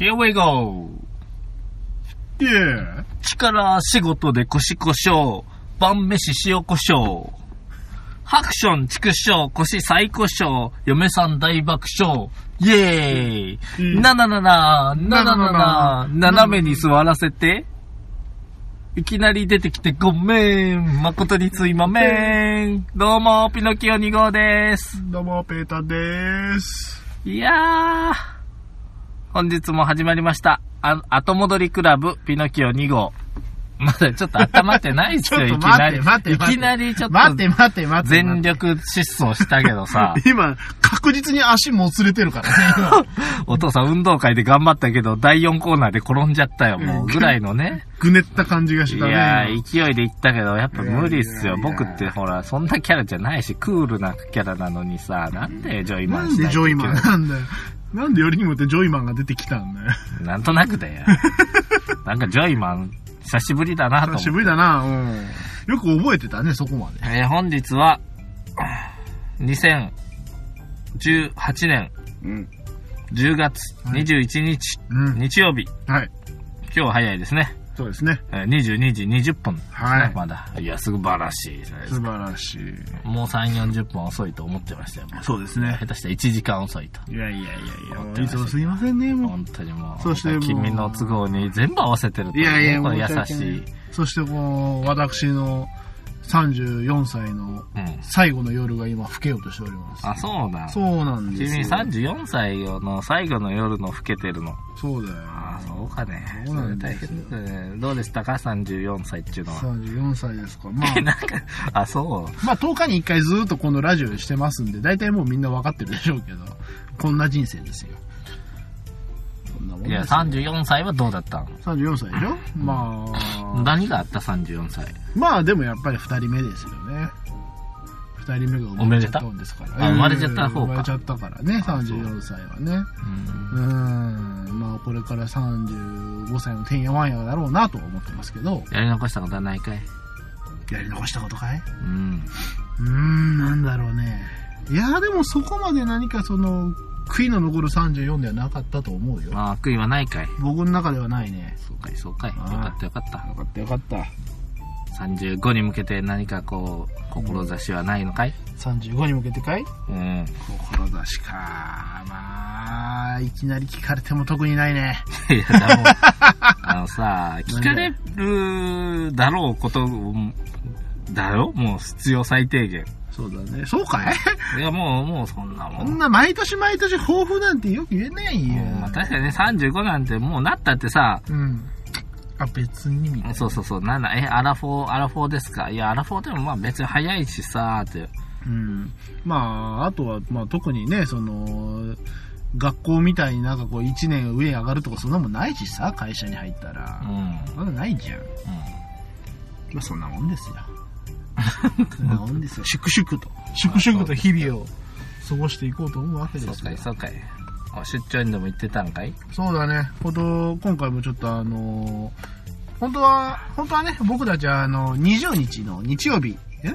Here we go! で、力仕事で腰胡椒。晩飯塩胡椒。ハクション畜生、腰最胡椒。嫁さん大爆笑。イェーうイんなななな、なななな、斜めに座らせて。いきなり出てきてごめん。誠にすいまめん。どうも、ピノキオ2号です。どうも、ペータでーす。いやー。本日も始まりました。あ、後戻りクラブ、ピノキオ2号。まだちょっと温まってないっすちょよ、っいときな待っり。て、待って、い待って。きなりちょっと待って、待って、待って。全力疾走したけど さ、今、確実に足もつれて るからね。お父さん運動会で頑張ったけど、第4コーナーで転んじゃったよ、もう、ぐらいの ね。ぐねった感じがいしたね。やー、勢いで行ったけど、やっぱ無理っすよ。いやいやい僕やってほら、そんなキャラじゃないし、クールなキャラなのにさ、なんでジョイマなンしんでなきジゃョいイけマンなんだよ。なんでよりにもってジョイマンが出てきたんだよ。ンなんとなくだ よ。なんかジョイマン、久しぶりだなと思久っしてぶりだな、うん。よく覚えてたね、そこまで。えー本日は、2018年うん。 10月21日、うん。日曜日、はい。今日早いですね。そうですね。えー22時20分はい。まだ。いや、すばらしいじゃないです素か。晴らしい。もう3、40分遅いと思ってましたよ。そうですね下手したら1時間遅いと。いやいやいやいや、もういつもすいませんね、もう。本当にもう、そしてもう君の都合に全部合わせてるといういやいや、この優申訳なしい。そしてこう、私の34歳のうん。最後の夜が今、更けようとしております。あ、そうだ。そうなんで君すよ。 34歳の最後の夜の老けてるの。そうだよ。ああ、そうかね。そうなんですよそれ大変だね。どうでしたか ?34 歳っていうのは。 34歳ですか。 まあ、なんか、あ、そう。まあ10日に1回ずっとこのラジオしてますんで、大体もうみんな分かってるでしょうけど、こんな人生ですよ。こんなもんいや、ですよ34歳はどうだった34歳でしょ、まのあ、何があった34歳。まあでもやっぱり2人目ですよね。2人目が生まれちゃったんですから。あ生まれちゃった方か生まれちゃったからね、34歳はね。うんうーん、まあこれから35歳のてんやわんやだろうなとは思ってますけど、やり残したことはないかいやり残したことかいうん。うーん、なんだろうね。いやーでもそこまで何かその、悔いの残る34ではなかったと思うよ。まあ、悔いはないかい。僕の中ではないね。そうかい、そうかい。よああかったよかった。よかったよかった。 35に向けて何かこう、志はないのかい35に向けてかいうん。 志か。まあ、いきなり聞かれても特にないね。いや、 でも、あのさ、聞かれるだろうこと、だろもう必要最低限。そうだね。そうかいいや、もう、もうそんなもこんん。な毎年毎年抱負なんてよく言えないよ。まあ、確かにね、35なんてもうなったってさ、うん。あ、別にみたいな。そうそうそう、なんだ、え、アラフォー、アラフォーですかいや、アラフォーでもまあ別に早いしさ、って。うん、まああとは、まあ、特にねその学校みたいになんかこう1年上上がるとかそんなもんないしさ会社に入ったらう、ん。そんなのないじゃんまあそんなもんですよ そんなもんですよ粛々と粛々と日々を過ごしていこうと思うわけうん。でそうすかよい、そうかい。お出張にでも行ってたんかいそうだねほんと今回もちょっとあの本当は本当はね僕たちはあの20日の日曜日え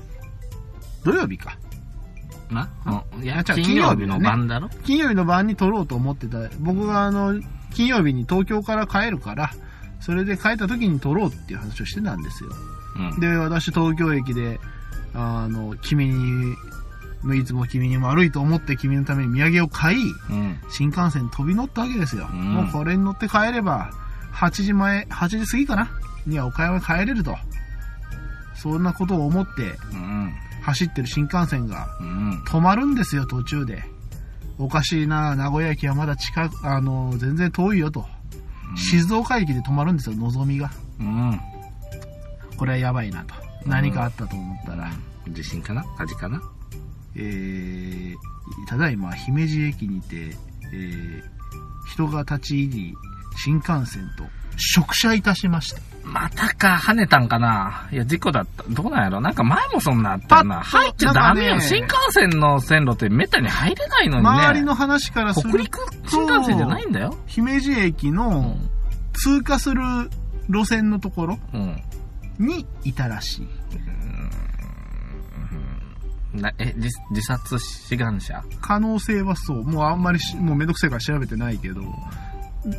土曜日かな、うん、いや、あ違う金曜日金曜日だのね晩だろ、金曜日の晩に撮ろうと思ってた僕があの金曜日に東京から帰るからそれで帰った時に撮ろうっていう話をしてたんですようん。で私東京駅であの君にいつも君に悪いと思って君のために土産を買いうん。新幹線に飛び乗ったわけですよ、うんもうこれに乗って帰れば8時前8時過ぎかなには岡山に帰れるとそんなことを思ってうん。走ってる新幹線がうん。止まるんですよ途中でおかしいな名古屋駅はまだ近くあの全然遠いよと、静岡駅で止まるんですよのぞみがうん。これはやばいなとん何かあったと思ったら、地震かな火事かなえー、ただいま姫路駅にて、えー、人が立ち入り新幹線と触車いたしましたまたか、跳ねたんかないや、事故だった。どうなんやろなんか前もそんなあったよな。パッと入っちゃダメよ。なんかね新幹線の線路ってめったに入れないのにね。周りの話からす北る陸新幹線じゃないんだよ。姫路駅うのん。通過する路線のところうん。にいたらしいなえ、自自殺志願者可能性はそうもうあんまりしもうめんどくせえから調べてないけど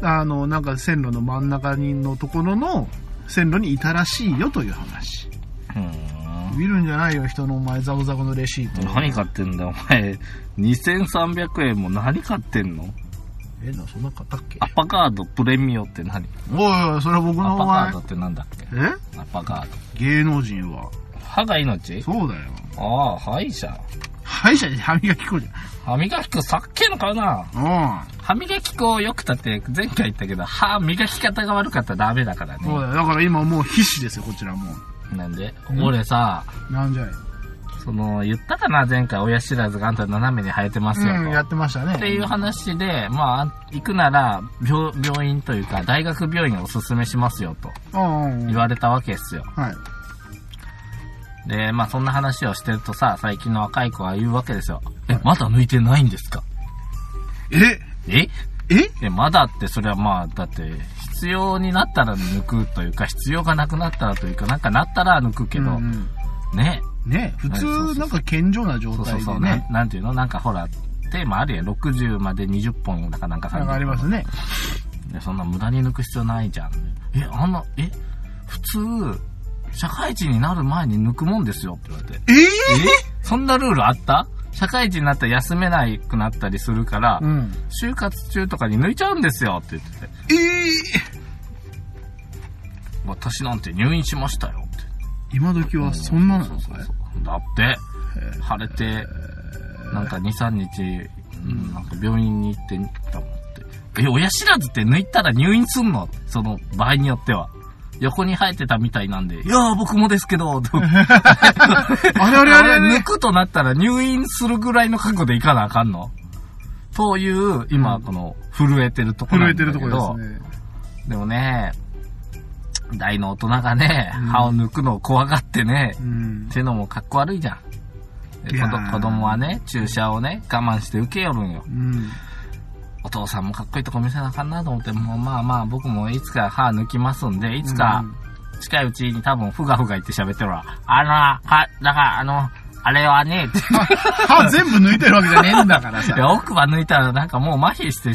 あの、なんか線路の真ん中にのところの線路にいたらしいよという話。うーん見るんじゃないよ、人のお前、ザコザコのレシート。何買ってんだお前2300円も何買ってんのえ、な、そんな買ったっけアッパカードプレミオって何おいおい、それは僕アのッパおカー前ド。ってなんだっけえアッパカード芸能人は。歯が命そうだよ。ああ歯医者歯医者に歯磨き粉じ歯磨き粉さっけえの買うなゃん。歯磨き粉をよくたって前回言ったけど歯磨き方が悪かったらダメだからうん。そうねだよ。だから今もう必死ですよ、こちらもなんで俺さう。なんじゃい。その言ったかな前回親知らずがあんた斜めに生えてますよと、うん、やってましたね。っていう話で、まあ、行くなら病、病院というか、大学病院をおすすめしますよとうんうんうん。言われたわけですよ。はい。で、まあ、そんな話をしてるとさ、最近の若い子は言うわけですよ。え、まだ抜いてないんですかええええ、まだって、それはまあ、だって、必要になったら抜くというか、必要がなくなったらというか、なんかなったら抜くけど、うんうんね。ね普はいそうそうそ通うなんか健常な状そうそ態うそう、でなんね。なんていうのなんかほら、テーマあるやん。60まで20本だかなんかなんかありますね。でそんな無駄に抜く必要ないじゃん。え、あんな、え、普通、社会人になる前に抜くもんですよって言われて。ええそんなルールあった社会人になったら休めなくなったりするから、えうん。就活中とかに抜いちゃうんですよって言ってて。ええ私なんて入院しましたよって。今時はそんなのそかういそうそうだって、腫れて、なんか2、3日、うんなんか病院に行ってたもんって。え、親知らずって抜いたら入院すんのその場合によっては。横に生えてたみたいなんで、いやー僕もですけ ど、とあれあれあれあれ抜くとなったら入院するぐらいの覚悟でいかなあかんのという、今、この、震えてるところ震なえんだてけど。るところですね。でもね、大の大人がね、うん歯を抜くのを怖がってね、うんっ。ていうのもかっこ悪いじゃん。でい子やどー子供はね、注射をね、我慢して受けよるんよう。ん。お父さんもかっこいいとこ見せなあかんなと思って、もうまあまあ僕もいつか歯抜きますんで、いつか近いうちに多分ふがふが言って喋ってるわ。あのな、は、だからあの、あれはね、ってうん。歯全部抜いてるわけじゃねえんだからいや さ。奥歯抜いたらなんかもう麻痺して、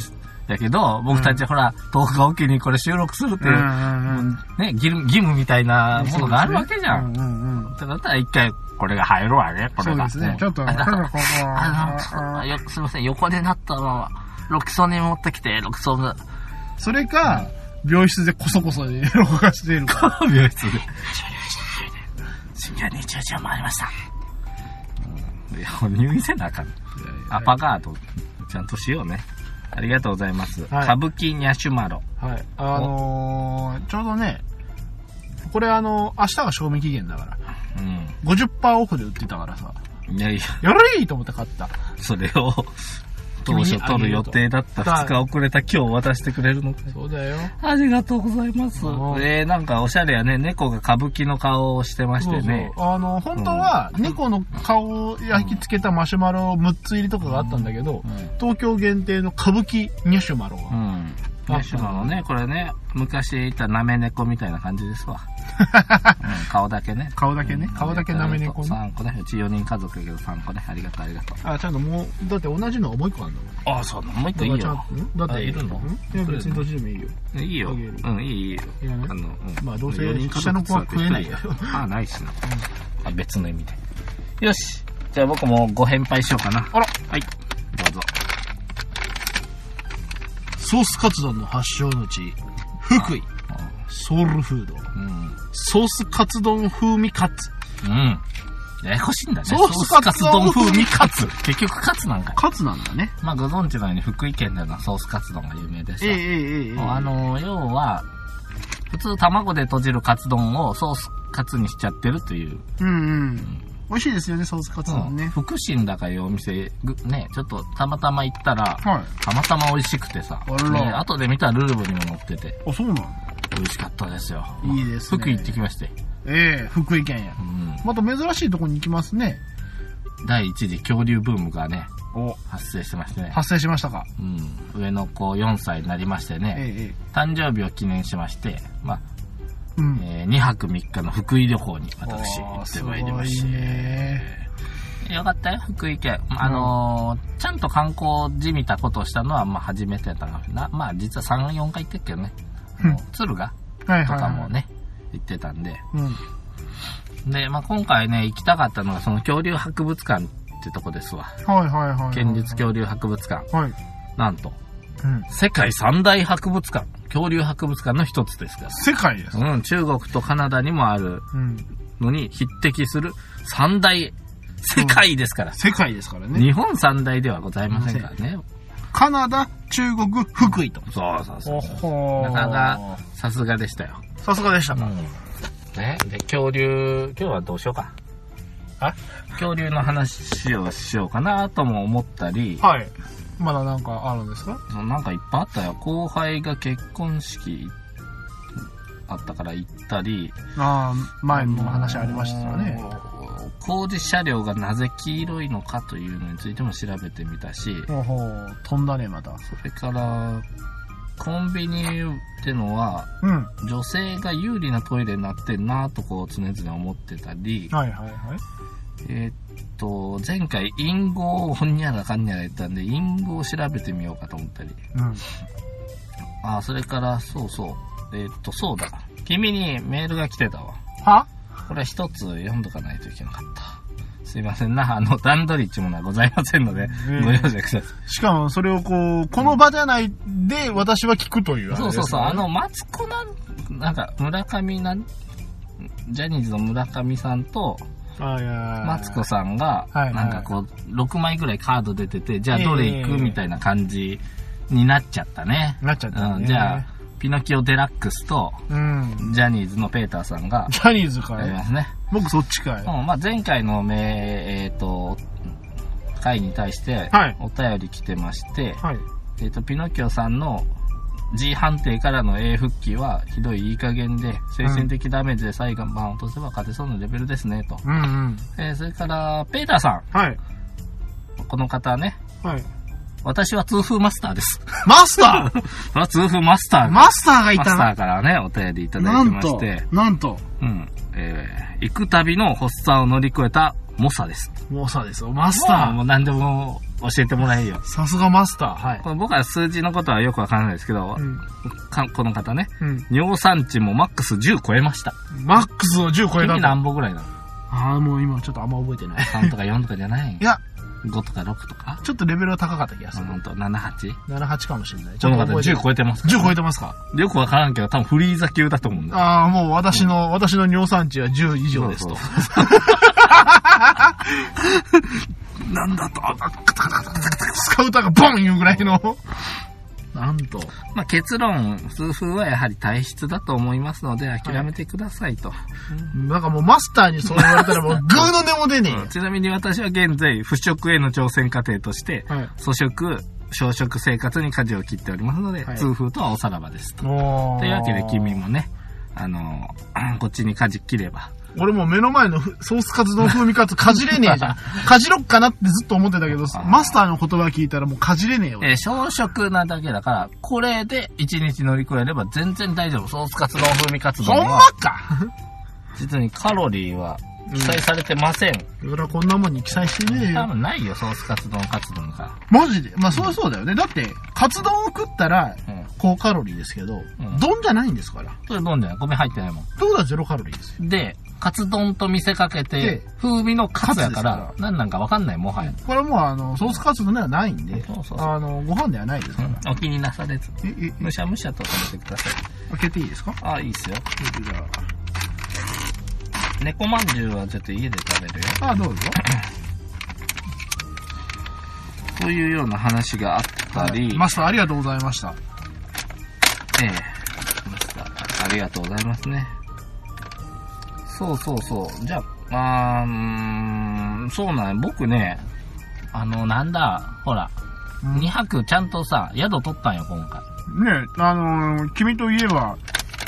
やけど、僕たちほら、10日おきにこれ収録するってういんう、うんうんね、義務義務みたいなものがあるわけじゃん。うんうんうん。ってなったら一回、これが入るわね、こそれうが。ですね。ちょっと、あちょっとここあの、はよすいません、横になったのは、ロキソニン持ってきて、ロキソニン。それか、病室でこそこそで動かしてるか。病室で。心臓に注射もありました。いや、もう入院せなあかん。アパガード、ちゃんとしようね。ありがとうございます。はい歌舞伎ニャシュマロ。はい。あのー、ちょうどね、これあの、明日が賞味期限だから、う50%オフで売ってたからさ、ん。いやいや、やるいと思って買った。それを、当初取る予定だった2日遅れた今日渡してくれるのかそうだよ。ありがとうございますうんえー、なんかおしゃれやね。猫が歌舞伎の顔をしてましそうてそうね。。あの、本当は、猫の顔を焼き付けたマシュマロ6つ入りとかがあったんだけど、東京限定の歌舞伎ニャシュマロうは。ん。マシュマロね、これね、昔いたなめ猫みたいな感じです わ。うん顔だけね。顔だけねうん顔だけなめ猫ね3個ね。うち4人家族だけど3個ね。ありがとう、ありがとう。あ、ちゃんともう、だって同じのがもう一個あるんだもん。ああ、そうなの。もう一個いだいからよ。ちゃんとんだっあて、いるのんいや、別にどっちでもいいよ。いいよ。あうげるん、いい、いいよ。いやねあの、うんまあどうせ四人家族下の子は食えないよ座って一人 でああ、ないしな。あ、別の意味で。よし。じゃあ僕もご返杯しようかな。あらはい。どうぞ。ソースカツ丼の発祥の地、福井、ソウルフード、うん。ソースカツ丼風味カツ。うん。ややこしいんだね。ソースカツ丼風味カツ。結局カツなんかい。カツなんだね。まあご存知のように福井県でのソースカツ丼が有名でしええた。ええええ。あの、要は、普通卵で閉じるカツ丼をソースカツにしちゃってるという。うんうん。美味しいですよね、ソースカツ丼ね。福神だかいうお店、ぐね、ちょっとたまたま行ったら、はい。たまたま美味しくてさ、あらね、後で見たらルーブにも載ってて、あ、そうな美味しかったですよ。のいいですね。福井行ってきまして。ええ福井県や。うん。また珍しいとこに行きますね。第一次恐竜ブームがね、お、発生してましてね。発生しましたか。うん、上の子4歳になりましてえね、ええ誕生日を記念しまして、まあえ。うん。え2泊3日の福井旅行に私あー行ってまいりまして、すごいねよかったよ、福井県。あのーちゃんと観光じみたことをしたのは、まあ、初めてだからな。まあ、実は3、4回行ってっけどね。あうのん敦賀はいとはい。かも。ね、行ってたんで。うん。で、まあ、今回ね、行きたかったのが、その恐竜博物館ってとこですわ。はいはいはいはい。県立恐竜博物館。はい。なんと、うん。世界三大博物館、恐竜博物館の一つですから。世界です。うん、中国とカナダにもあるうん。のに匹敵する三大、世界ですから。世界ですからね。日本三大ではございませんからね。カナダ、中国、福井と。そうそうそう。ほなかなか、さすがでしたよ。さすがでしたうか。ん。ね、で、恐竜、今日はどうしようか。あ恐竜の話をしようかなとも思ったり、はい。まだなんかあるんですかそのなんかいっぱいあったよ。後輩が結婚式あったから行ったり。ああ、前も話ありましたからね。工事車両がなぜ黄色いのかというのについても調べてみたし、ほうほう、飛んだね、また。それから、コンビニってのは、うん。女性が有利なトイレになってんなとこう常々思ってたり、はいはいはい。えーっと、前回、隠語をほんにゃらかんにゃら言ったんで、隠語を調べてみようかと思ったり。うん。あ、それから、そうそう。えーっと、そうだ。君にメールが来てたわ。はこれは一つ読んどかないといけなかった。すいませんな。あの、段取りっちゅうものはございませんので、ええご容赦ください。しかも、それをこう、この場じゃないで、私は聞くというあれそでうすそねうそう。あ、の、マツコなん、なんか、村上なん、ジャニーズの村上さんと、はいはいはい。マツコさんが、はいはいなんかこう、6枚ぐらいカード出てて、じゃあええどれ行ええくみたいな感じになっちゃったね。なっちゃったうね。ん、じゃあ、ピノキオデラックスと、うん。ジャニーズのペーターさんが、ジャニーズかやりいますね。僕そっちかい。うん、まあ前回のめ、えっ、と、回に対してはい、お便り来てまして、はい。えっ、と、ピノキオさんの G 判定からの A 復帰は、ひどいいい加減で、精神的ダメージで最後番を落とせば勝てそうなレベルですね、と。うんうん。えーそれから、ペーターさはい。ん。この方ね、はい。私は痛風マスターです。マ スターそれは痛風マスター マスターがいマスたタなーからね、お便りいただないてんましとて、、なんと、うん。えー行く旅の発作を乗り越えた猛者です。猛者ですよ。マスまあタもう何でも教えてもらえるよ。ー。さすがマスター。はい。これ僕は数字のことはよくわからないですけど、うん。かこの方ね、うん。尿酸値もマックス10超えました。マックスを10超えた君んだ。何歩ぐらいなの ああ、もう今ちょっとあんま覚えてない。 ?3 とか4とかじゃないいや、 ?5 とか6とかちょっとレベルは高かった気がすうる。んと、7、8? 7、8かもしれない。ちこょのっと方覚えて10超えてます。 10超えてますかよくわからんけど、多分フリーザ級だと思うんだ。ああ、もう私の、私の尿酸値は10以上ですと。そうそう。 なんだと、あスカウターがボンいうぐらいの。なんと。まあ、結論、痛風はやはり体質だと思いますので、諦めてくださいと。なんかもうマスターにそう言われたらもうグーの根も出ねえよちなみに私は現在、腐食への挑戦過程として、はい。粗食、小食生活に舵を切っておりますので、はい痛風とはおさらばですと。おーというわけで君もね、あの、 こっちに舵切れば。俺もう目の前のふソースカツの風味カツかじれね えじゃん。かじろっかなってずっと思ってたけどー、マスターの言葉聞いたらもうかじれねえよ。えー小食なだけだから、これで一日乗り越えれば全然大丈夫。ソースカツ丼風味カツほ丼んまは、か実にカロリーは記載されてません。俺はこんなもんに記載してねえ多よ。分ないよ、ソースカツ丼カツ丼が。マジでまあそうそうだよね。だって、カツ丼を食ったらうん。高カロリーですけどん、丼じゃないんですから。それ飲んでない。米入ってないもん。ってことはゼロカロリーですよ。で、カツ丼と見せかけてで、風味のカツやかカツでらすか、何なんかわかんない、もはや。これはもうあの、ソースカツ丼ではないんでそうそうそう、あの、ご飯ではないですから。お気になされず。え、え、むしゃむしゃと食べてください。え開けていいですかあ、いいっすよ。じゃ猫まんじゅうはちょっと家で食べるよ。あ、あ、どうぞ。というような話があったり、マスターありがとうございました。ええマスターありがとうございますね。そうそうそう。じゃあ、まあ、うーん、そうなんや僕ね、あの、なんだ、ほら、うん2泊ちゃんとさ、宿取ったんよ、今回。ねえ、あのー君といえば、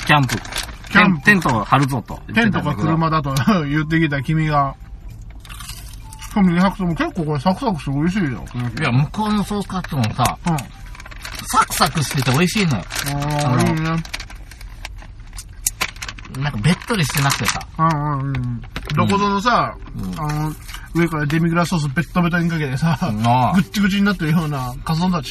キャンプ。キャンプテンテントを張るぞとペ言ってンたんとだかけど。車だと言ってきた君が、しかも200とも結構これサクサクして美味しいよ。ういん。や、向こうのソースカツもさ、あサクサクしてて美味しいのよ。あー、いいね。なんかべっとりしてなくてさ。 うんうんうん。どこぞのさ、んあの、上からデミグラスソースベットベトにかけてさ、なあぐっちぐちになってるようなカツ丼とは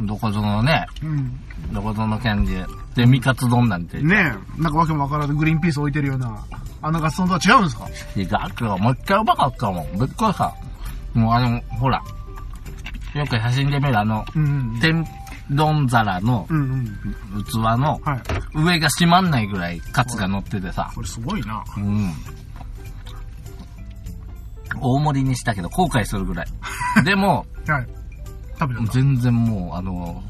違どこぞのね、う。うん。どこぞの感じで、ミカツ丼なんて。ねえ、なんかわけもわからずグリーンピース置いてるような、あのカツ丼とは違うんですか違うけど、もう一回うまかったもん。びっくりした。もうあの、ほら、よく写真で見るあの、うん天丼皿のうん。うんうん。器のはい。上が閉まんないぐらいカツが乗っててさ。これすごいな。うん。大盛りにしたけど後悔するぐらい。でも、はい。食べたんだ。全然もう、あの、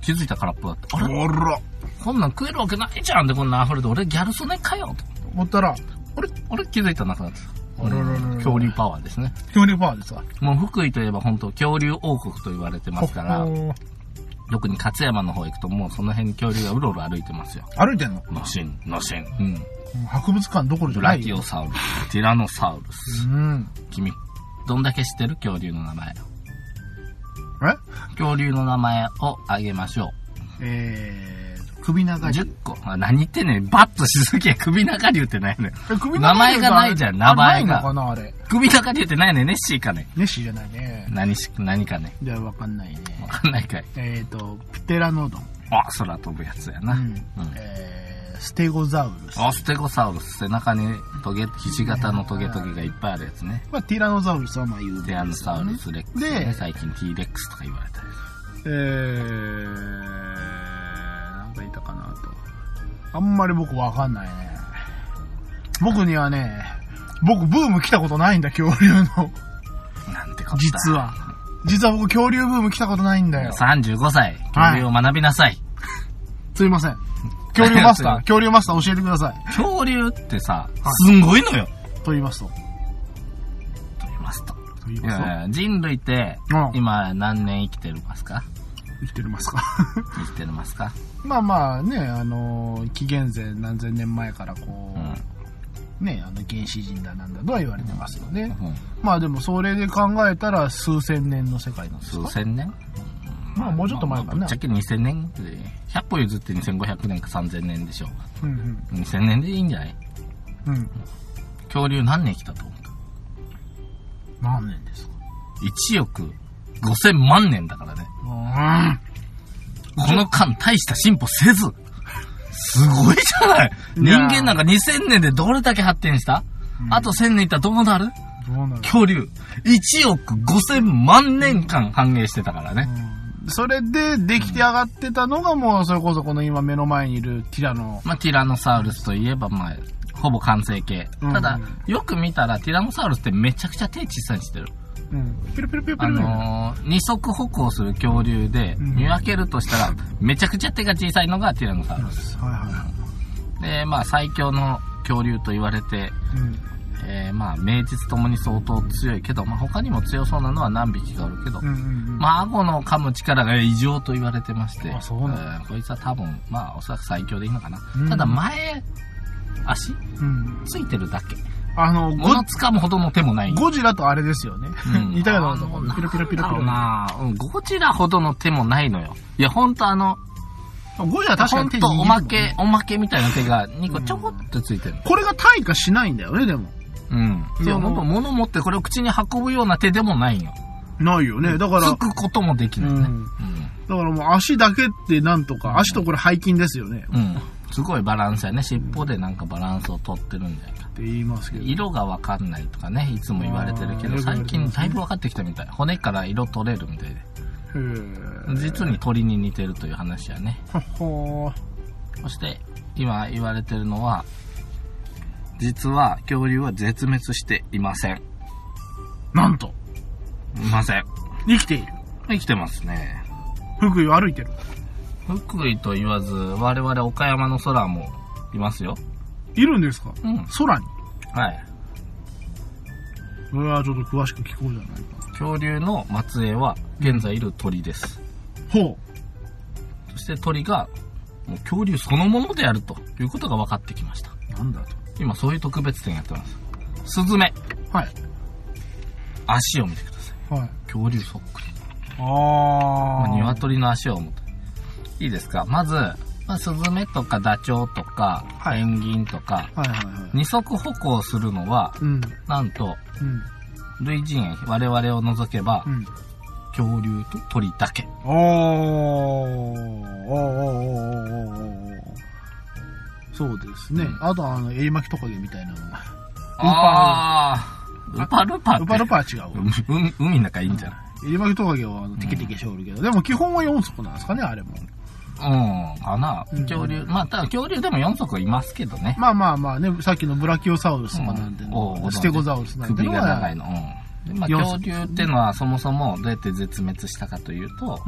気づいた空っぽだった。あれあら。こんなん食えるわけないじゃんってこんなん溢れて、俺ギャル曽根かよと。思ったら、俺、俺気づいたらなくなってた。あららららうん恐竜パワーですね。恐竜バーでさ。もう福井といえば本当恐竜王国と言われてますからほ、ほ特に勝山の方行くともうその辺に恐竜がうろうろ歩いてますよ。歩いてんののしん、のしん。うん。うん博物館どころじブゃなラいキよ。オサウルス、ティラノサウルス。うん。君、どんだけ知ってる恐竜の名前。え恐竜の名前をあげましょえーと、首う。長10個。あ何言ってんねん。バッとしすぎや。首長竜ってないねん。え首名前がないじゃん名前があれないのかな、あれ。首長竜ってないねん。ネッシーかね。ネッシーじゃないね。何し、何かね。じゃあわかんないね。わかんないかい。えーと、プテラノドン。あ、空飛ぶやつやな。うんえーステゴザウルス。あステゴサウルス。背中にトゲ、ひし形のトゲトゲがいっぱいあるやつね。まあ、ティラノザウルスはまあ有名ティラノサウルス、レックス、ねで。最近 T レックスとか言われたり。えー、なんかいたかなと。あんまり僕わかんないね。僕にはね、僕ブーム来たことないんだ、恐竜の。なんてことだ。実は。実は僕恐竜ブーム来たことないんだよ。 35歳、恐竜を学びなさい。すいま せん。恐竜マスター、恐竜マスター教えてください。恐竜ってさ、すんごいのよ。と言いますと。とと言いますと。言いいますと。や人類ってう、ん今何年生きてるますか生きてますか生きてるますか まあまあね、あのー紀元前何千年前からこうう、ん。ね、あの原始人だなんだとは言われてますよね。うんまあでもそれで考えたら数千年の世界なんです数か千年まあもうちょっと前かぶなっちゃ。け2000年で、100歩譲って2500年か3000年でしょ。うん2000年でいいんじゃないうん。うん。恐竜何年生きたと思うか何年ですか ?1 億5000万年だからね。この間大した進歩せず。すごいじゃないい人やー間なんか2000年でどれだけ発展した、あと1000年いったらどうなるうん。どうなる恐竜。1億5000万年間繁栄してたからね。それで出来て上がってたのがもうそれこそこの今目の前にいるティラノ。まあ、ティラノサウルスといえば、まあ、ほぼ完成形。うんただ、よく見たら、ティラノサウルスってめちゃくちゃ手小さにしてる。うん。ピルピルピルピあル。のー、二足歩行する恐竜で、ん見分けるとしたら、めちゃくちゃ手が小さいのがティラノサウルス。はいはで、まあ、最強の恐竜と言われて、い。うん。えー、まあ、名実ともに相当強いけど、まあ、他にも強そうなのは何匹かあるけど、うんうんまあ、顎の噛む力が異常と言われてまして、あそうなんだえーこいつは多分、まあ、おそらく最強でいいのかな。うんただ、前、足うん。うん。ついてるだけ。あの、ゴ物つかむほどの手もない。ゴジラとあれですよね。うん似たようなあのもんだ。ピルピルピルなピんだろうル。なうんゴジラほどの手もないのよ。いや、ほんとあの、ゴジラ確かほにん手とに握るおもんまけ、おまけみたいな手が2個ちょこっとついてる。これが退化しないんだよね、でも。うん。そいう、やほんと物持ってこれを口に運ぶような手でもないの。ないよね。だから、つくこともできないね。うんだからもう足だけってなんとか、足とこれ背筋ですよね。うん。うん。すごいバランスやね。尻尾でなんかバランスをとってるんだよ。って言いますけど。色がわかんないとかね、いつも言われてるけあど、ー最近だいぶわかってきたみたい。骨から色取れるみたいで。へー実に鳥に似てるという話やね。はっはそして、今言われてるのは、実は恐竜は絶滅していません。ーなんと、いません。生きている。生きてますね。福井を歩いてる。福井と言わず、我々岡山の空もいますよ。いるんですかうん。空に。はい。うわちょっと詳しく聞こうじゃないか。恐竜の末裔は現在いる鳥です。ほそして鳥がもう恐竜そのものであるということが分かってきました。う。なんだと。今そういう特別展やってます。スズメ、はい。足を見てください。はい。恐竜そっくり。あまあ、鶏の足を持って。いいですかまず、まあ、スズメとかダチョウとか、はいペンギンとか、はいはいはい。二足歩行するのは、うん。なんと、うん。類人猿、我々を除けば、うん。恐竜と鳥だけ。おーおーおーおーおーおーそうですね。うんあと、あの、エリマキトカゲみたいなのが。ああウパルパって。ウパルパは違うわ。うんうん海の中いいんじゃなエリマキトカゲはあのテケテケしおるけど、でも基本は4足なんですかね、あれも。いうん、かなうん。恐竜、まあ、ただ恐竜でも4足いますけどね。まあまあまあね、さっきのブラキオサウルスとかなんての、うんステゴザウルスなんて首のが長いは、の。うん。でまあ、四恐足竜ってのはそもそもどうやって絶滅したかというと、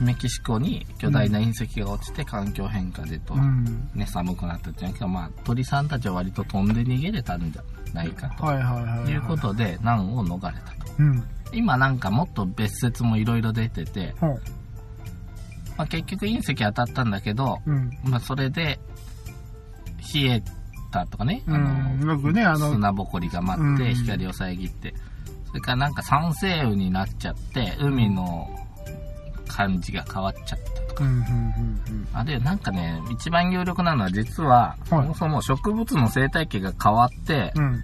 うん。メキシコに巨大な隕石が落ちて環境変化でと、うん。ね、寒くなったじゃんけど、まあ、鳥さんたちは割と飛んで逃げれたんじゃないかはいはいはいはとい。いうことで、難を逃れたと。うん。今なんかもっと別説もいろいろ出てて、ほうまあ、結局隕石当たったんだけど、うん。まあ、それで、冷えたとかね、うあのん。よくね、あの、砂ぼこりが舞っうんて光を遮って、それからなんか酸性雨になっちゃって海の感じが変わっちゃったとかうん、うん、うん、あるいはなんかね一番有力なのは実は、そもそも植物の生態系が変わって、うん。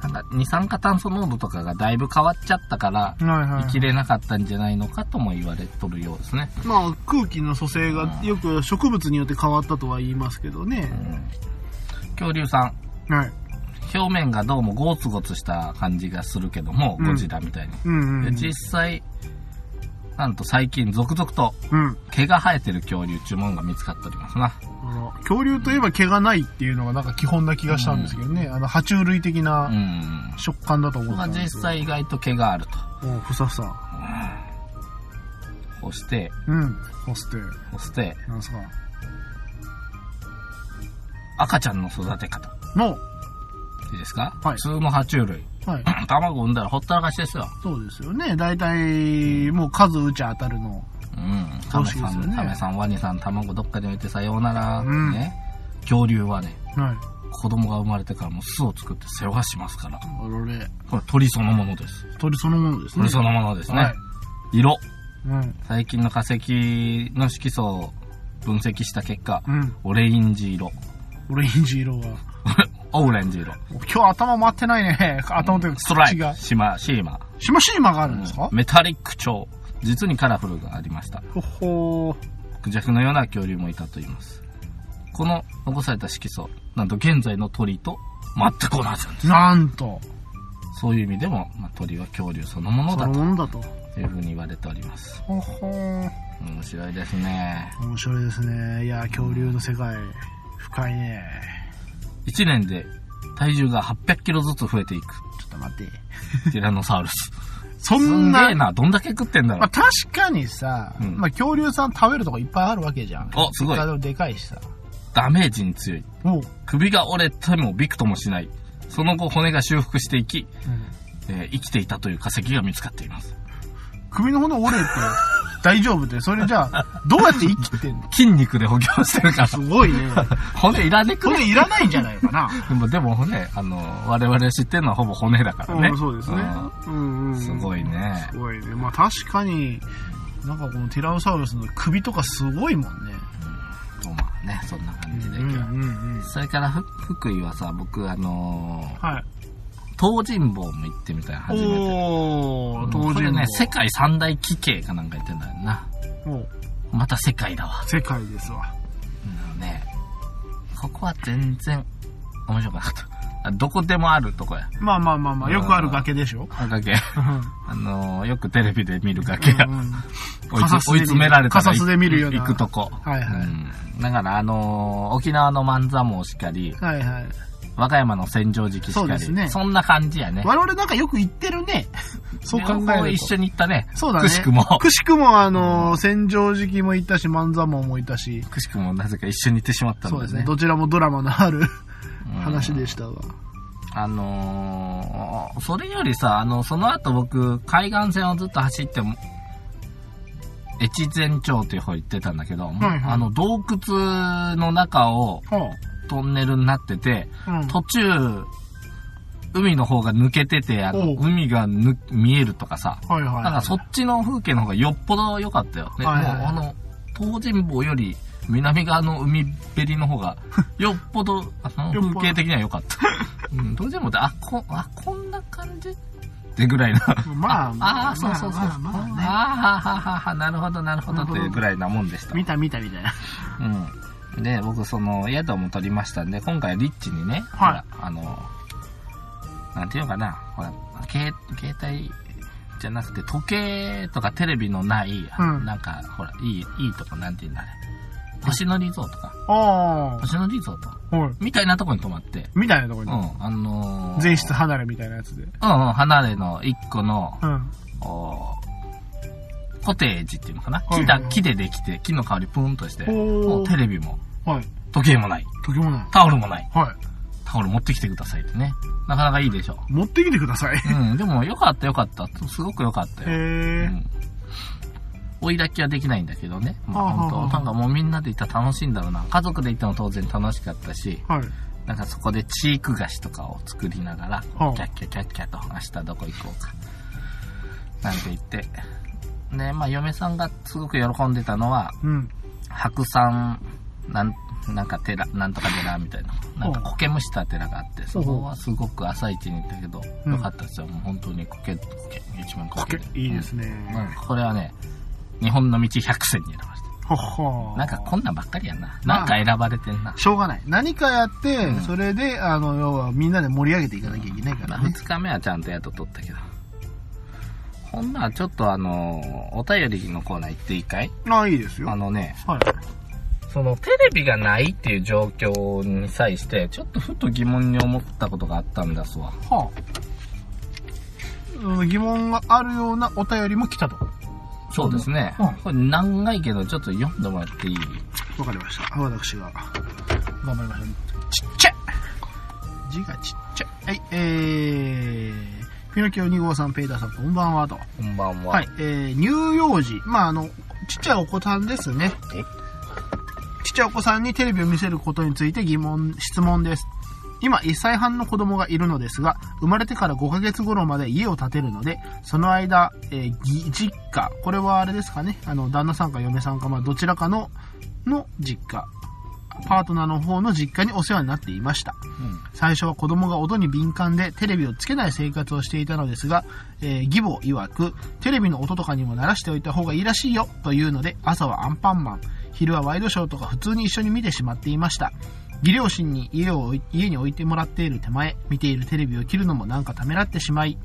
なんか二酸化炭素濃度とかがだいぶ変わっちゃったから、うん。はいはい生。きれなかったんじゃないのかとも言われとるようですね、まあ空気の組成がよく植物によって変わったとは言いますけどねう。ん、恐竜さんはい。表面がどうもゴツゴツした感じがするけども、うんゴジラみたいにうんうん。で実際なんと最近続々とうん。毛が生えてる恐竜注文が見つかっておりますなあの恐竜といえば毛がないっていうのがなんか基本な気がしたんですけどね。あの、爬虫類的うなん食感だと思こっれたがんで実す際意外と毛があると際。おふさふさ。こうしてうん。そして、そしてなんすか。赤ちゃんの育て方の、いいですか、はい普通の爬虫類 はい。卵産んだらほったらかしですよそうですよね。大体、もう数打ち当たるの。うんカメ美さ味しいでん、すよねカメさんワニさん卵どっかに置いてさようなら、うんね恐竜はねはい。子供が生まれてからもう巣を作って世話しますからあのね、これ鳥そのものです鳥そのものですね。鳥そのものですね、はい。色うん。最近の化石の色素を分析した結果、うん。オレンジ色、オレンジ色は。オレンジ色、今日頭回ってないね。頭というか、ストライ口がク、シマ、シーマ、シマシーマがあるんですか、メタリック調、実にカラフルがありました。ほほー。クジャクのような恐竜もいたと言います。この残された色素、なんと現在の鳥と全く同じなんです。なんと。そういう意味でも、まあ、鳥は恐竜そのものそだのものだと。というふうに言われております。ほほー。面白いですね。面白いですね。いや、恐竜の世界、深いね。 1年で体重が800キロずつ増えていく、ちょっと待って。ティラノサウルス。そすんんげえな、な、どんだけ食ってんだろまあ、う。確かにさ、うんまあ、恐竜さん食べるとこいっぱいあるわけじゃん。おすごい体もでかいしさ。ダメージに強い。おう。首が折れてもびくともしない。その後骨が修復していき、うんえー生きていたという化石が見つかっています。首の骨折れて、大丈夫って。それじゃあ、どうやって生きてん の筋肉で補強してるからす。ごいね。骨いらねくこねれいらないんじゃないかな。でも、でも骨、あの、我々知ってるのはほぼ骨だからね。うんそうですね。うんううんうん。ん。すごいねす。ごいね。まあ確かに、なんかこのティラノサウルスの首とかすごいもんね。とまあね、そんな感じでう今んう日は。んうん。それからふ、福井はさ、僕、あのはい。ー、東尋坊も行ってみたい、初めて。おー、こ東れ尋ね坊、世界三大奇形かなんか言ってんだよな。おまた世界だわ。世界ですわ。あのね、ここは全然面白くなかった。あどこでもあるとこや。まあまあまあまあ、よくある崖でしょ。崖。うんあのーよくテレビで見る崖が、うん追いカサスでつ追い詰められたらカサスで見るような行くとこ。はいはいうんだから、あのー沖縄の万座網しかり、はいはい。和歌山の千畳敷しそうかでり、すねそんな感じやね。我々なんかよく言ってる ね。そう考両え方ると。一緒に行ったね。そうだくね。しくも。くしくも、あのー、戦場時期も行ったし、万座門も行ったし。くしくもなぜか一緒に行ってしまったんだそうよでね。すね。どちらもドラマのあるうん話でしたが。あのーそれよりさ、あの、その後僕、海岸線をずっと走っても、越前町っていう方行ってたんだけど、はいはいあの、洞窟の中をほトンネルになってて、う。うん。途中、海の方が抜けてて、あのおう海がぬ見えるとかさ、はいはい。なんかそっちの風景の方がよっぽど良かったよ。ね、はいはいはいもうあの、東尋坊より南側の海べりの方 が、よっぽど、あの、よっぽど風景的には良かった。うん、東尋坊って、あ、こ、あ、こんな感じってぐらいな。まあ、 まああ、あ、そうそうそう。まあ、まあまあね。ああ、はははは、なるほど、なるほど、というぐらいなもんでした。見た見たみたいな。うん。で、僕、その、宿も取りましたんで、今回、リッチにね、はいほらあの、なんていうのかな、ほら、携携帯じゃなくて、時計とかテレビのない、うんなんか、ほら、いい、いいとこ、なんていうんだね。星野リゾートか。あ星野リゾートあ、はい。みたいなとこに泊まって、みたいなとこうに。ん、あのー全室離れみたいなやつで。うんうん、離れの一個の、うん。おコテージっていうのかな、はいはいはい木だ木でできて、木の香りプーンとして、おーもうテレビも、はい。時計もない、ときもない。タオルもない、はタオル持ってきてくださいってね。なかなかいいでしょ。い。持ってきてください。へうん、でもよかったよかった。すごくよかったよ。うえ。ん。追い抱きはできないんだけどね。まああはは本当なんかもうみんなで行ったら楽しいんだろうな。家族で行っても当然楽しかったし、はい。なんかそこでチーク菓子とかを作りながら、はあキャッキャキャッキャと明日どこ行こうか。なんて言って。ね、まあ嫁さんがすごく喜んでたのは、うん。白山、なん、なんか寺、なんとか寺みたいな。なんかほう苔むした寺があって、そこはすごく朝一に行ったけど、うんよかったですよ。もう本当に苔、苔、一面苔で。いいですね。うん。うんこれはね、日本の道100選に選ばれてははなんかこんなんばっかりやな。なんか選ばれてんな。しょうがない。何かやって、んそれで、あの、要はみんなで盛り上げていかなきゃいけないからね。 2日目はちゃんと宿取ったけど。ほんならちょっとあの、お便りのコーナー行っていいかいああ、いいですよ。あはい。のね、そのテレビがないっていう状況に際して、ちょっとふと疑問に思ったことがあったんですわ。はあうん。疑問があるようなお便りも来たと。そうですね。うんこれ長いけど、ちょっと読んでもらっていいわかりました。私が。頑張りましょう。ちっちゃい字がちっちゃい。はい、えー、ピノキオ2号さん、ペーターさん、こんばんはと。こんばんは。はい、えー、乳幼児。まあ、あの、ちっちゃいお子さんですね。えちっちゃいお子さんにテレビを見せることについて疑問、質問です。今、1歳半の子供がいるのですが、生まれてから5ヶ月頃まで家を建てるので、その間、えー、義実家。これはあれですかね。あの、旦那さんか嫁さんか、まあ、どちらかの、の実家。パートナーの方の実家にお世話になっていました。最初は子供が音に敏感でテレビをつけない生活をしていたのですが、えー義母曰くテレビの音とかにも鳴らしておいた方がいいらしいよというので朝はアンパンマン昼はワイドショーとか普通に一緒に見てしまっていました義両親に家を置い家に置いてもらっている手前見ているテレビを切るのもなんかためらってしまい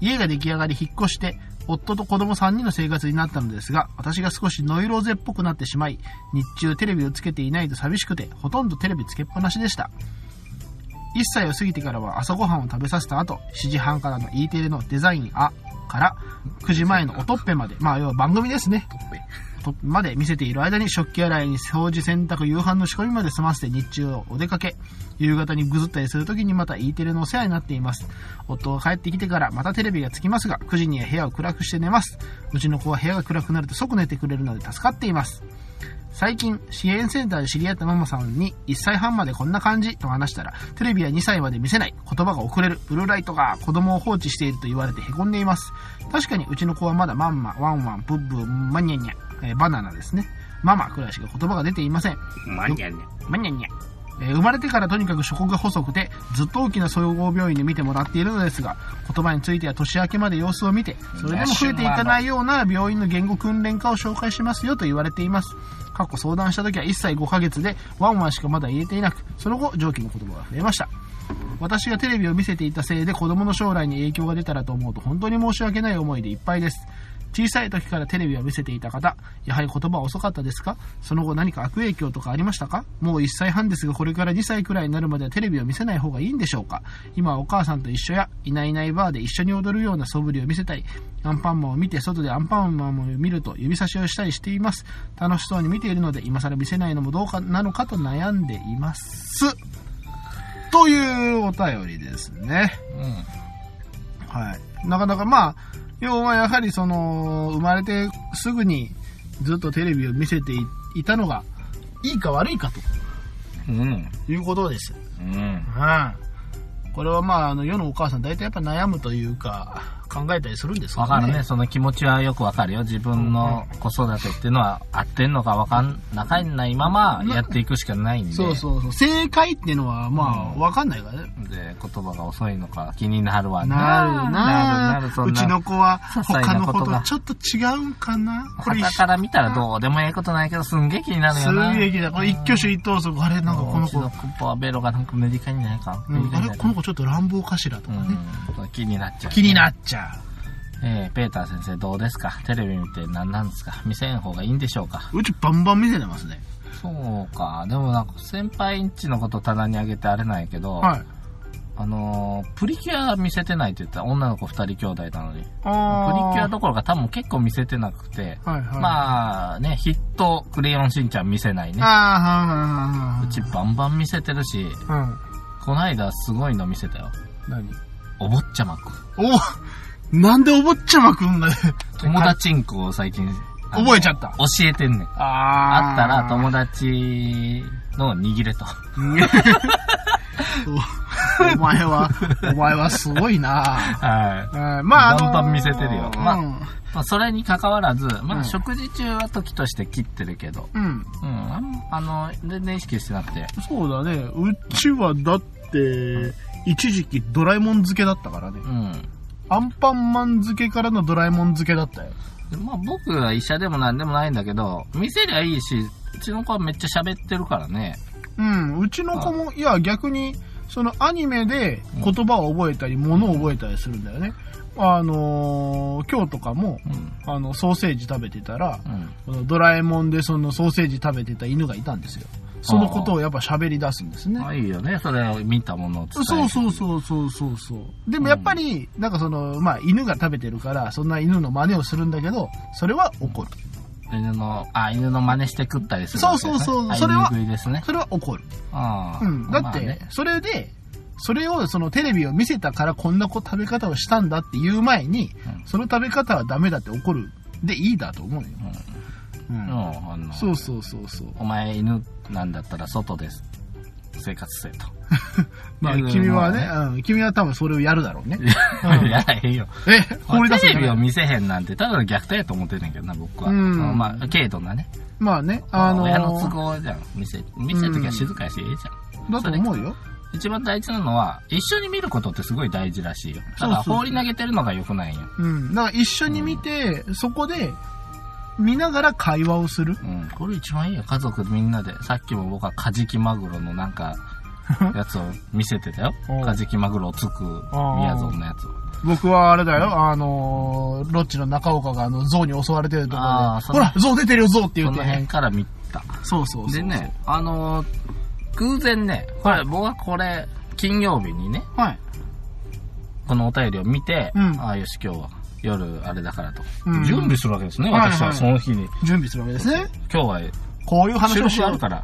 家が出来上がり引っ越して夫と子供3人の生活になったのですが私が少しノイローゼっぽくなってしまい日中テレビをつけていないと寂しくてほとんどテレビつけっぱなしでした1歳を過ぎてからは朝ごはんを食べさせた後7時半からの E テレのデザインあから9時前のおとっぺまでまあ要は番組ですねトップへとまで見せている間に食器洗いに掃除洗濯夕飯の仕込みまで済ませて日中をお出かけ夕方にぐずったりする時にまた E テレのお世話になっています夫が帰ってきてからまたテレビがつきますが9時には部屋を暗くして寝ますうちの子は部屋が暗くなると即寝てくれるので助かっています最近支援センターで知り合ったママさんに1歳半までこんな感じと話したらテレビは2歳まで見せない言葉が遅れるブルーライトが子供を放置していると言われてへこんでいます確かにうちの子はまだマンマワンワンブッブーマニャニャ、えーバナナですねママくらいしか言葉が出ていませんマニアね。マニャニャ。えー生まれてからとにかく所呼が細くて、ずっと大きな総合病院で見てもらっているのですが、言葉については年明けまで様子を見て、それでも増えていかないような病院の言語訓練科を紹介しますよと言われています。過去相談した時は1歳5ヶ月で、ワンワンしかまだ言えていなく、その後、上記の言葉が増えました。私がテレビを見せていたせいで子供の将来に影響が出たらと思うと本当に申し訳ない思いでいっぱいです。小さい時からテレビを見せていた方、やはり言葉は遅かったですかその後何か悪影響とかありましたかもう1歳半ですがこれから2歳くらいになるまではテレビを見せない方がいいんでしょうか今はお母さんと一緒や、いないいないバーで一緒に踊るような素振りを見せたり、アンパンマンを見て外でアンパンマンを見ると指差しをしたりしています。楽しそうに見ているので今更見せないのもどうかなのかと悩んでいます。というお便りですね。うん。はい。なかなかまあ、要はやはりその、生まれてすぐにずっとテレビを見せていいたのが、いいか悪いかうん。ということです。ううん。ん。これはまあ、あの、世のお母さん大体やっぱ悩むというか、考えたりするんですわかるね。その気持ちはよくわかるよ。自分の子育てっていうのは合ってんのかわかん、なかんないままやっていくしかないんで。そうそうそう。正解っていうのは、まうあ、んわかんないからね。で、言葉が遅いのか気になるわなるなるななる、そんうな。ちの子は些細他なのこ子ととがちょっと違うんかなこれ傍から見たらどうでもええことないけど、すんげえ気になるすよな。げえ気だ。これ一挙手一投足。あれなんかこのうち子、の子はベロがなんか短いんじゃないか。うん短あいんれじゃないこかの子ちょっと乱暴かしらとうかね。ん、気になっちゃう。気になっちゃえー、ペーター先生どうですかテレビ見て何なんですか見せん方がいいんでしょうかう。うちバンバン見せてますね。そうか。でもなんか先輩んちのこと棚にあげてあれないけど、はい。あのー、プリキュア見せてないって言ったら女の子二人兄弟なのに。プリあーキュアどころか多分結構見せてなくて、はいはい。あまあね、ヒットクレヨンしんちゃん見せないね。あー、はうちバンバン見せてるし、いはいはい。うん。こないだすごいの見せたよ。何お坊ちゃまくん。おなんでお坊ちゃまくんがね、友達んこを最近、あの 覚えちゃった。教えてんねん。ああったら友達の握れと。 おお 前は、お前はすごいなはい。うんまあ、あのーバンバン見せてるよまあうんまあ、それに関わらず、まうんあ、食事中は時として切ってるけど、うん。うん、あんあの、全然意識してなくて。そうだね。うちはだって、一時期ドラえもん漬けだったからねう。ん。アンパンマン漬けからのドラえもん漬けだったよ。でまあ、僕は医者でもなんでもないんだけど、見せりゃいいし、うちの子はめっちゃ喋ってるからね。うん。うちの子も、いや、逆に、そのアニメで言葉を覚えたり、物を覚えたりするんだよね。あのー今日とかも、うん。あの、ソーセージ食べてたら、うん。このドラえもんでそのソーセージ食べてた犬がいたんですよ。そのことをやっぱ喋り出すんですね。まあ、いいよね。それを見たものを伝えそうう。そうそうそうそうそう。でもやっぱり、なんかその、まあ犬が食べてるから、そんな犬の真似をするんだけど、それは怒る。犬の、あ、犬の真似して食ったりする、そうそうそうあそれは犬食いですね。それは怒る。ああ。うん。だまっあてね、それで、それをそのテレビを見せたからこんなこ食べ方をしたんだっていう前に、うんその食べ方はダメだって怒るでいいだと思うよ。うんうん、あの、そうそうそうそう。お前犬なんだったら外です。生活せえと。まあうん君はね、まうん、君は多分それをやるだろうね。い や、ええよ。え、 ま放りあ出すテんレじゃビなをい見せへんなんて、ただの虐待やと思ってんねんけどな、僕は。うんまあまあ、軽度なね。まあね、あのー親の都合じゃん。見せ、見せるときは静かやし、ええじゃん。だと思うよ。一番大事なのは、一緒に見ることってすごい大事らしいよ。だからそうそうそう放り投げてるのが良くないんよ。うん。だから一緒に見て、そこで、見ながら会話をする。うん。これ一番いいよ、家族みんなで。さっきも僕はカジキマグロのなん か、やつを見せてたよおう。カジキマグロをつく、みやぞんのやつを。僕はあれだよ、あのーロッチの中岡があの、象に襲われてるとこあーろそで、ほのら、象出てるよ、象って言そうのて。辺から見た。そうそうそう。でね、あのー偶然ね、これ、僕はこれ、金曜日にね、はい。このお便りを見て、うんああ、よし、今日は夜あれだからと。うん準備するわけですね、はいはい私はその日に。準備するわけですね。今日はこういう話収をし録よあうる。から、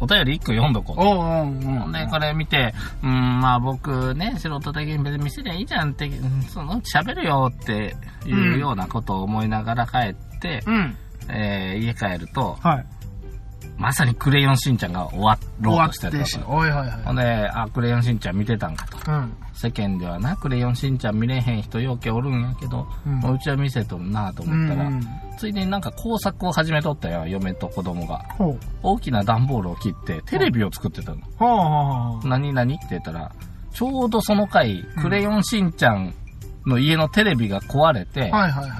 お便り1個読んどこう。おうんうんうん。ね、これ見て、うん、まあ僕ね、素人的に別に見せりゃいいじゃんって、うんそのうち喋るよっていうようなことを思いながら帰って、うん。えー家帰ると、はい。まさにクレヨンしんちゃんが終わ終ろわうとしてったてかしら。おいはいほはんで、あ、クレヨンしんちゃん見てたんかと。い。うん。世間ではな、クレヨンしんちゃん見れへん人ようけおるんやけど、ううんうちは見せとるなと思ったら、ついでになんか工作を始めとったよ、嫁と子供が。ほう。大きな段ボールを切って、テレビを作ってたの。ほうほうほう。何々って言ったら、ちょうどその回、クレヨンしんちゃんの家のテレビが壊れて、はいはいはい。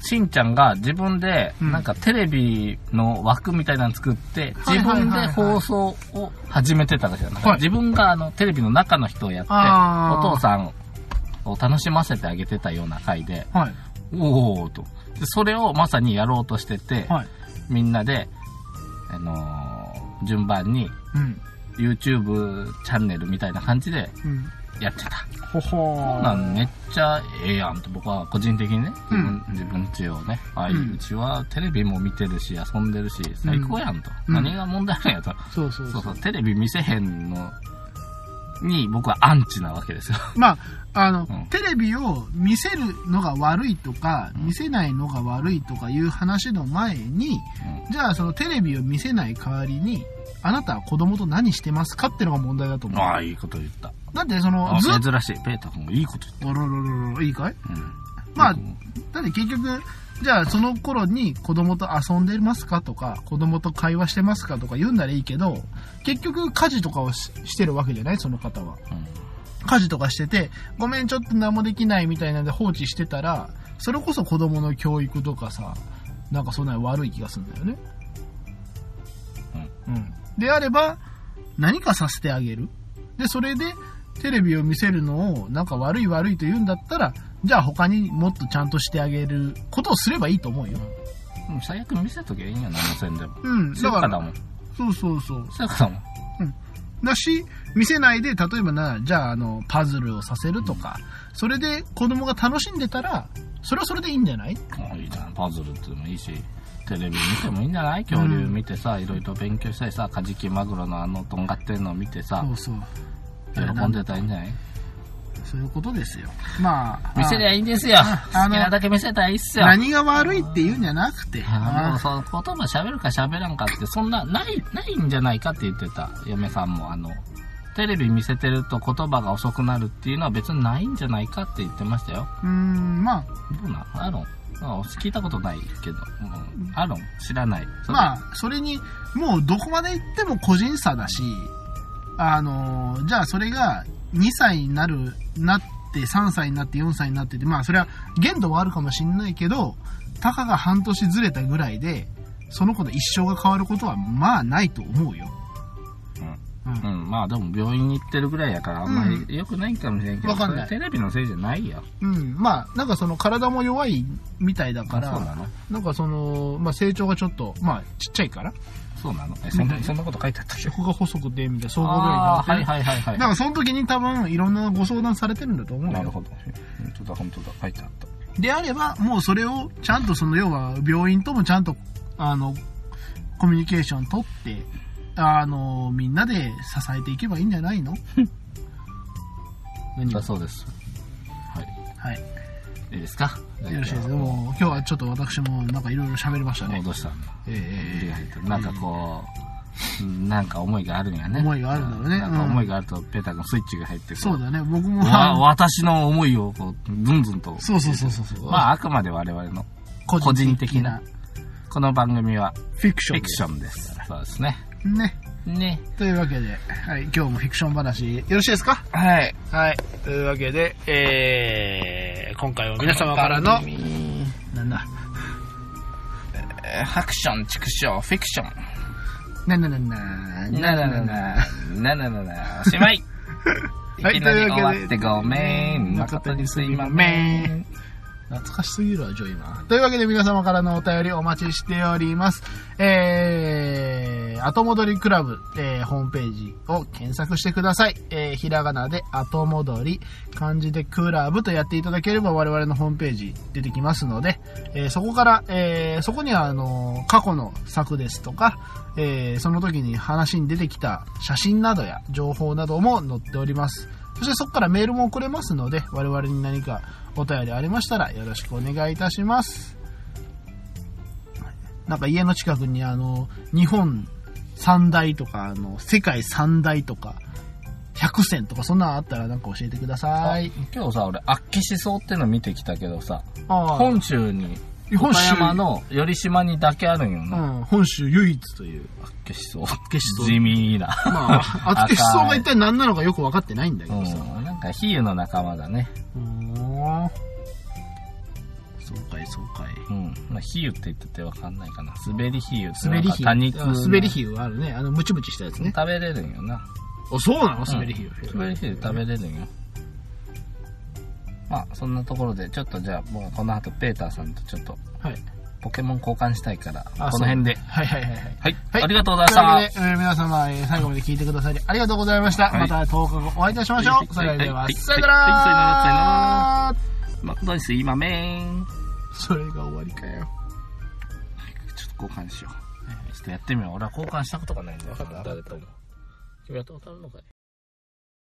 しんちゃんが自分で、うんなんかテレビの枠みたいなの作って、はい自はいはいはい分で放送を始めてたらしいよ。なんはかい自分があのテレビの中の人をやって、あーお父さんを楽しませてあげてたような回で、はい。おおと。でそれをまさにやろうとしてて、はい。みんなで、あのー順番にうん。 YouTube チャンネルみたいな感じでうん。やってた。ほほーなんめっちゃええやんと僕は個人的にね、自分、自分ちをね、ああいうんううちはテレビも見てるし遊んでるし最高やんと。うん何が問題なんやと。そうそうそそうう。そう、テレビ見せへんのに僕はアンチなわけですよ。まあ、あの、うんテレビを見せるのが悪いとか、見せないのが悪いとかいう話の前に、じゃあそのテレビを見せない代わりに、あなたは子供と何してますかっていうのが問題だと思う。ああ、いいこと言った。だってそのあ、ずっ珍と、しい。ペータ君もいいことおろろろろいいかい言った。うん。まあ僕もだって結局、じゃあその頃に子供と遊んでますかとか、子供と会話してますかとか言うんならいいけど、結局家事とかをししてるわけじゃないその方は。家事とかしてて、ごめんちょっと何もできないみたいなんで放置してたら、それこそ子供の教育とかさ、なんかそんなに悪い気がするんだよね。うん。であれば、何かさせてあげる。で、それで、テレビを見せるのを、なんか悪い悪いと言うんだったら、じゃあ他にもっとちゃんとしてあげることをすればいいと思うよ。うん。もう最悪見せときゃいいんや、何もせんでも。うん。せだやか、からだもん。そうそうそう。せやからだもん。だし、見せないで、例えばな、じゃあ、あの、パズルをさせるとか、それで子供が楽しんでたら、それはそれでいいんじゃないもういいじゃん。パズルってもいいし、テレビ見てもいいんじゃない恐竜見てさ、いろいろ勉強したりさ、カジキマグロのあのとんがってんの見てさ、そうそう。喜んでたらいいんじゃないそういうことですよ。まあ、見せりゃいいんですよ。好きあのなだけ見せたらいいっすよ。何が悪いって言うんじゃなくて、あもうその言葉喋るか喋らんかって、そんな、ない、ないんじゃないかって言ってた、嫁さんも。あの、テレビ見せてると言葉が遅くなるっていうのは別にないんじゃないかって言ってましたよ。うーん、まあ、どうなんアロンあ聞いたことないけど、うん、アロン知らない。それまあ、それに、もうどこまで行っても個人差だし、あのーじゃあそれが2歳になる、なって、3歳になって、4歳になってて、まあそれは限度はあるかもしんないけど、たかが半年ずれたぐらいで、その子の一生が変わることはまあないと思うよ。うんうん、まあでも病院に行ってるぐらいやからあんまうり良くないかもしれんけど、わかんないそれテレビのせいじゃないよ。うん、まあ、なんかその体も弱いみたいだから、そうなのなんかその、まあ成長がちょっと、まあちっちゃいから、そうなのえ、そんな、そんなこと書いてあったっけ食が細くて、みたいな、総合病院がああっーてね、はいはいはいはい。だからその時に多分いろんなご相談されてるんだと思うなよる。ほど。本当だ、本当だ。書いてあった。であれば、もうそれをちゃんとその要は病院ともちゃんとあのコミュニケーション取って、あのみんなで支えていけばいいんじゃな いの？何だがそうです。はい。はい。いいですかよろしいです。ももう今日はちょっと私もなんかいろいろ喋りましたうね。どうしたのええええええなんかこう、なんか思いがあるんやね。思いがあるんだろうねなんか思いがあると、ペーター君スイッチが入ってそうだ。だね。僕もわ私の思いをこう、ずんずんと。そうそうそうそうそう。まあ、あくまで我々の、個人的なこの番組は、フィクシフョンィでクすションですから。そうですね。ね。ね。というわけで、はい、今日もフィクション話よろしいですか？はい。はい。というわけで、えー、今回は皆様からの、なんだ、ハクション、畜生、フィクション。なななななななな、なななな、お しまい。はいいきなり終というわわけでってごめん。誠にすいまめん。懐かしすぎるわ、ジョイマン。というわけで皆様からのお便りお待ちしております。えー、後戻りクラブ、えー、ホームページを検索してください。えー、ひらがなで後戻り、漢字でクラブとやっていただければ我々のホームページ出てきますので、えーそこから、えーそこにはあのー過去の作ですとか、えーその時に話に出てきた写真などや情報なども載っております。そしてそこからメールも送れますので、我々に何かお便りありましたらよろしくお願いいたします。なんか家の近くにあの、日本三大とか、あの、世界三大とか、百選とかそんなのあったらなんか教えてください。今日さ、俺、あっけしそうっての見てきたけどさ、ああ本州に、本岡州山の寄島にだけあるんような。ん、本州唯一という。あっけしそう。けしそう地味 な。まあ、厚岸草が赤い一体何なのかよく分かってないんだけうどさ。ん、なんか比喩の仲間だね。うーんそうかい、そうかい。うん。まあ、比喩って言っててわかんないかな。滑り比喩って滑り比なんか多肉喩。滑り比喩はあるね。あの、ムチムチしたやつね。食べれるんよな。あ、そうなのうん滑り比喩。滑り比喩食べれるんよ。まあ、そんなところで、ちょっとじゃあ、僕はこの後、ペーターさんとちょっと、はい。ポケモン交換したいから、あこの辺で。はいはいはいははい。い。はいありがとうございました。というわけで、えー皆様、えー最後まで聞いてくださりありがとうございました。はいまた10日後お会いいたしましょう。そはいれではは、いさよはないはいさよならさよら誠にすいまめん。それが終わりかよ。ちょっと交換しよう。ちょっとやってみよう。俺は交換したことがないんだよ。誰とも。君はどうなるのかい